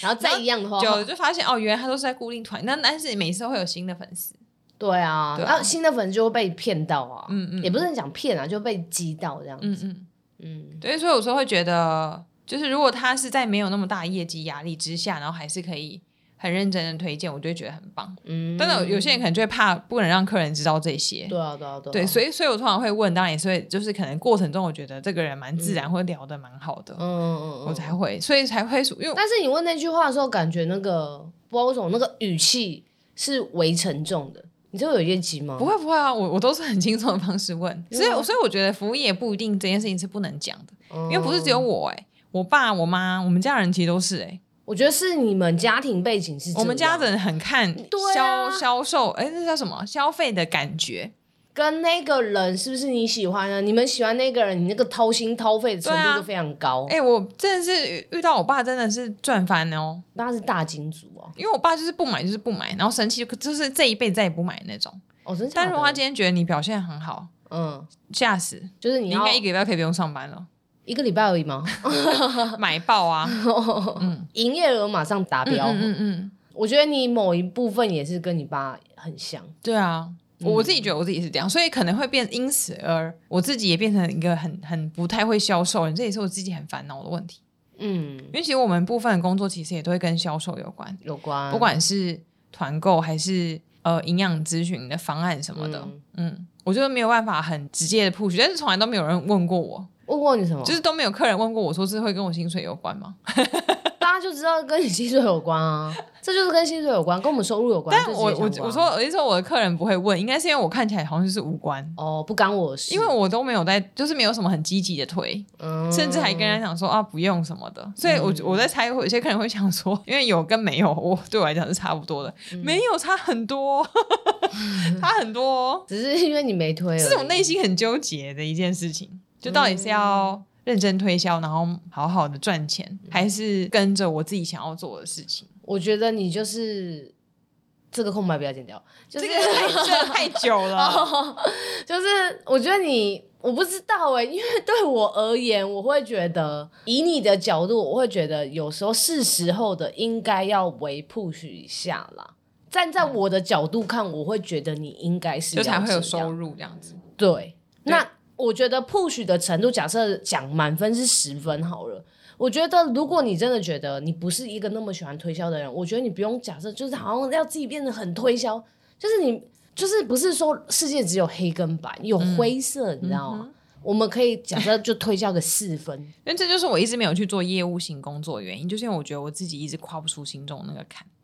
S1: 然后再一样的话，
S2: 久了就发现哦，原来他都是在固定团，那但是每次会有新的粉丝，
S1: 对啊，
S2: 对啊
S1: 然后新的粉丝就会被骗到啊，
S2: 嗯嗯
S1: 也不是讲骗啊，就被击到这样
S2: 嗯
S1: 子。
S2: 嗯，
S1: 嗯
S2: 对，所以有时候会觉得，就是如果他是在没有那么大业绩压力之下，然后还是可以很认真的推荐，我就会觉得很棒。
S1: 嗯，
S2: 但是有些人可能就会怕不能让客人知道这些，
S1: 对啊，对啊，对啊。
S2: 对，所以所以我通常会问，当然也是会，就是可能过程中我觉得这个人蛮自然，会聊得蛮好的，
S1: 嗯嗯嗯
S2: 我
S1: 嗯。
S2: 才会，所以才会属，因为
S1: 但是你问那句话的时候，感觉那个不知道为什么那个语气是微沉重的，你这个有业绩吗？
S2: 不会不会啊，我我都是很轻松的方式问，所以
S1: 对啊
S2: 所以我觉得服务业不一定这件事情是不能讲的，
S1: 嗯，
S2: 因为不是只有我哎、我爸、我妈、我们家人其实都是哎、
S1: 我觉得是你们家庭背景是这样啊
S2: 我们家人很看
S1: 对
S2: 销、
S1: 啊
S2: 销售，哎、那叫什么消费的感觉，
S1: 跟那个人是不是你喜欢的？你们喜欢那个人，你那个掏心掏肺的程
S2: 对啊
S1: 度就非常高。
S2: 哎、我真的是遇到我爸真的是赚翻哦，
S1: 他是大金主哦，
S2: 因为我爸就是不买就是不买，然后生气就就是这一辈子再也不买那种，
S1: 哦，真的假
S2: 但
S1: 的。
S2: 如果他今天觉得你表现很好。
S1: 嗯，
S2: 吓死！
S1: 就是你
S2: 你
S1: 要
S2: 应该一个礼拜可以不用上班了，
S1: 一个礼拜而已 吗？
S2: 买爆啊！嗯
S1: 营业额马上达标。
S2: 嗯嗯嗯，
S1: 我觉得你某一部分也是跟你爸很像，
S2: 对啊，我自己觉得我自己是这样，所以可能会变，因此而我自己也变成一个很很不太会销售人，这也是我自己很烦恼的问题。
S1: 嗯，
S2: 因为其实我们部分的工作其实也都会跟销售有关，
S1: 有关
S2: 不管是团购还是呃营养咨询的方案什么的，嗯
S1: 嗯
S2: 我觉得没有办法很直接的 push，但是从来都没有人问过我，
S1: 问过你什么，
S2: 就是都没有客人问过我说这会跟我薪水有关吗？
S1: 大家就知道跟你薪水有关 啊，这就是跟薪水有关，跟我们收入有关。
S2: 但
S1: 这直
S2: 我
S1: 接相
S2: 我
S1: 关
S2: 我说我是说我的客人不会问，应该是因为我看起来好像就是无关。
S1: 哦，不干我的事，
S2: 因为我都没有在，就是没有什么很积极的推，
S1: 嗯
S2: 甚至还跟人家讲说啊不用什么的，所以我我在猜，有些客人会想说，因为有跟没有，我对我来讲是差不多的，
S1: 嗯
S2: 没有差很多，差很多哦，
S1: 只是因为你没推而已，
S2: 是我内心很纠结的一件事情，就到底是
S1: 嗯
S2: 要认真推销，然后好好的赚钱，还是跟着我自己想要做的事情？
S1: 我觉得你就是这个空白不要剪掉，就是哦
S2: 这个太这太久 了，
S1: 就是我觉得你我不知道哎、因为对我而言，我会觉得以你的角度，我会觉得有时候是时候的应该要为 push 一下啦。站在我的角度看，我会觉得你应该是
S2: 嗯就才
S1: 要
S2: 会有
S1: 这样
S2: 收入这样子。
S1: 对，那我觉得 push 的程度，假设讲满分是十分好了。我觉得，如果你真的觉得你不是一个那么喜欢推销的人，我觉得你不用假设，就是好像要自己变得很推销，就是你就是不是说世界只有黑跟白，有灰色，你知道吗？我们可以假设就推销个四分，
S2: 因为这就是我一直没有去做业务型工作的原因，就是因为我觉得我自己一直跨不出心中的那个坎。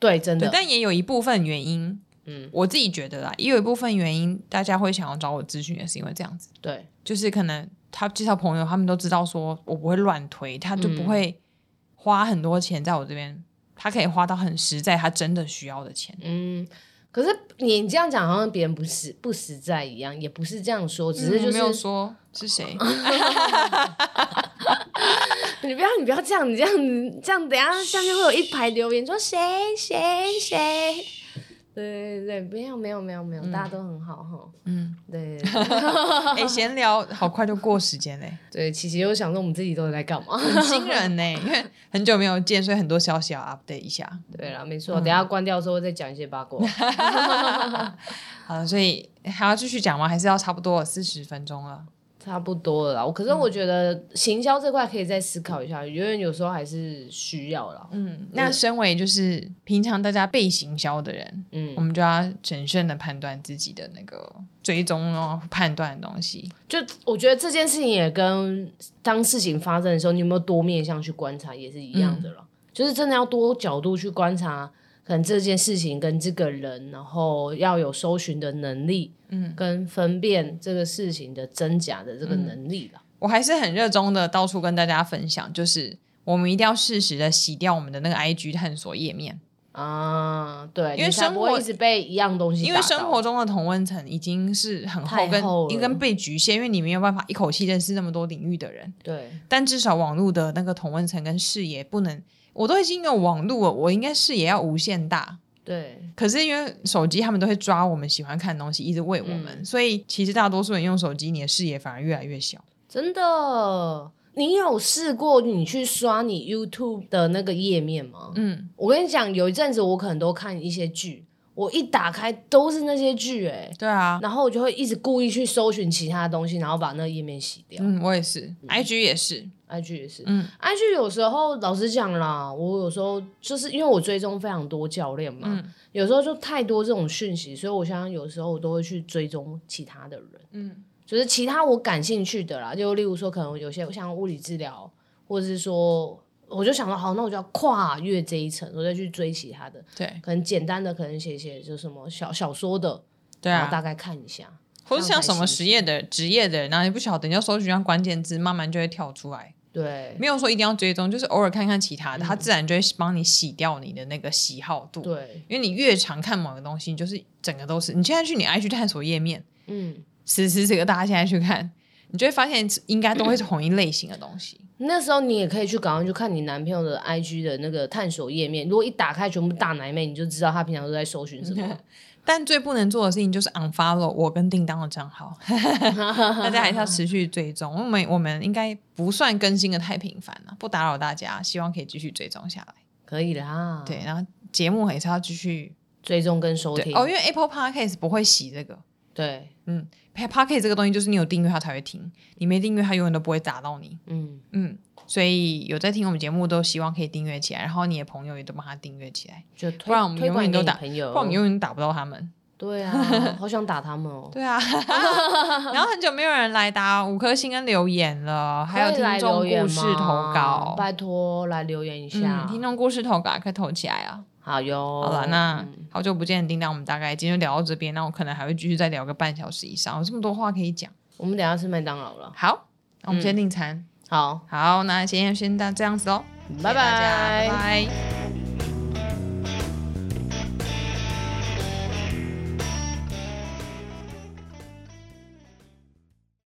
S1: 对，真
S2: 对
S1: 的，，
S2: 但也有一部分原因，嗯
S1: 嗯，
S2: 我自己觉得啦，也有一部分原因，大家会想要找我咨询，也是因为这样子，
S1: 对，
S2: 就是可能他介绍朋友，他们都知道说我不会乱推，他
S1: 嗯
S2: 就不会花很多钱在我这边，他可以花到很实在，他真的需要的钱。
S1: 嗯。可是你这样讲，好像别人不实不实在一样，也不是这样说，只是
S2: 嗯
S1: 就
S2: 我
S1: 是、
S2: 没有说 是谁，
S1: 你不要，你不要这样，你这样，你这样，等一下下面会有一排留言说谁谁谁。对对对，没有没有没有没有，大家都很好哈。
S2: 嗯，
S1: 对对对
S2: 哎、闲聊好快就过时间嘞、
S1: 对，琪琪又想说我们自己都在干嘛？
S2: 很惊人呢、因为很久没有见，所以很多消息要 update 一下。
S1: 对了，没错，等一下关掉的时候再讲一些八卦。
S2: 好，所以还要继续讲吗？还是要差不多四十分钟了？
S1: 差不多了啦，我可是我觉得行销这块可以再思考一下，因为有时候还是需要啦。
S2: 嗯，那身为就是平常大家被行销的人，我
S1: 嗯，
S2: 们就要谨慎的判断自己的那个追踪哦，判断的东西。
S1: 就我觉得这件事情也跟当事情发生的时候，你有没有多面向去观察也是一样的了。
S2: 嗯
S1: 就是真的要多角度去观察，可能这件事情跟这个人，然后要有搜寻的能力，
S2: 嗯，
S1: 跟分辨这个事情的真假的这个能力了。
S2: 我还是很热衷的，到处跟大家分享，就是我们一定要适时的洗掉我们的那个 IG 探索页面，
S1: 啊，对，
S2: 嗯因为
S1: 你才
S2: 生
S1: 不
S2: 活
S1: 会一直被一样东西打
S2: 因
S1: 到，
S2: 为生活中的同温层已经是很厚
S1: 太
S2: 跟，
S1: 厚了
S2: 一根被局限，因为你没有办法一口气认识那么多领域的人。
S1: 对，
S2: 但至少网络的那个同温层跟视野不能，我都已经有网络了，我应该视野要无限大。
S1: 对，
S2: 可是因为手机他们都会抓我们喜欢看的东西，一直喂我们，所以其实大多数人用手机，你的视野反而越来越小。
S1: 真的。你有试过你去刷你 YouTube 的那个页面吗？
S2: 嗯，
S1: 我跟你讲，有一阵子我可能都看一些剧，我一打开都是那些剧、欸，哎，
S2: 对啊，
S1: 然后我就会一直故意去搜寻其他东西，然后把那个页面洗掉。
S2: 嗯，我也是、i g 也是，
S1: IG 也是、
S2: 嗯
S1: i g 有时候老实讲啦，我有时候就是因为我追踪非常多教练嘛，
S2: 嗯
S1: 有时候就太多这种讯息，所以我想想有时候我都会去追踪其他的人，
S2: 嗯
S1: 就是其他我感兴趣的啦，就例如说可能有些像物理治疗，或者是说。我就想说，好，那我就要跨越这一层，我再去追其他的，
S2: 对
S1: 可能简单的，可能写写就什么小小说的，
S2: 对
S1: 然后大
S2: 啊，
S1: 概看一下。
S2: 或者像什
S1: 上
S2: 么
S1: 台
S2: 职业的职业的人，然后你不晓得，你就搜寻上关键字，慢慢就会跳出来。
S1: 对，
S2: 没有说一定要追踪，就是偶尔看看其他的，它自然就会帮你洗掉你的那个喜好度。
S1: 对，
S2: 因为你越常看某个东西，你就是整个都是。你现在去你 IG 探索页面，
S1: 嗯，
S2: 此时此刻大家现在去看，你就会发现应该都会是同一类型的东西。
S1: 那时候你也可以去赶快去看你男朋友的 IG 的那个探索页面，如果一打开全部大奶妹，你就知道他平常都在搜寻什 么。
S2: 但最不能做的事情就是 unfollow 我跟叮当的账号， 大家还是要持续追踪。我们我们应该不算更新的太频繁了，不打扰大家，希望可以继续追踪下来。
S1: 可以啦，
S2: 对，然后节目还是要继续
S1: 追踪跟收
S2: 对
S1: 听。
S2: 哦，因为 Apple Podcast 不会洗这个，
S1: 对，
S2: 嗯，Podcast 这个东西就是你有订阅它才会听，你没订阅它永远都不会打到你，
S1: 嗯，
S2: 嗯，所以有在听我们节目都希望可以订阅起来，然后你的朋友也都帮他订阅起来，
S1: 就推
S2: 不然我们
S1: 推
S2: 永
S1: 广
S2: 远
S1: 给
S2: 都
S1: 你
S2: 打
S1: 朋友，
S2: 不然我们永远打不到他们。
S1: 对 啊，好想打他们哦。
S2: 对啊，然后很久没有人来打五颗星跟留言了，还有
S1: 可以来
S2: 听众
S1: 留言
S2: 故事
S1: 吗
S2: 投稿，
S1: 啊拜托来留言一下。
S2: 嗯，听众故事投稿可以投起来啊。
S1: 好哟。
S2: 好了，那
S1: 嗯
S2: 好久不见的叮当，我们大概今天就聊到这边，那我可能还会继续再聊个半小时以上，有这么多话可以讲。
S1: 我们等一下吃麦当劳了。
S2: 好，
S1: 嗯
S2: 那我们先订餐。
S1: 好，
S2: 好，那今天先到这样子喽，
S1: 拜
S2: 谢谢大家
S1: 拜
S2: 拜拜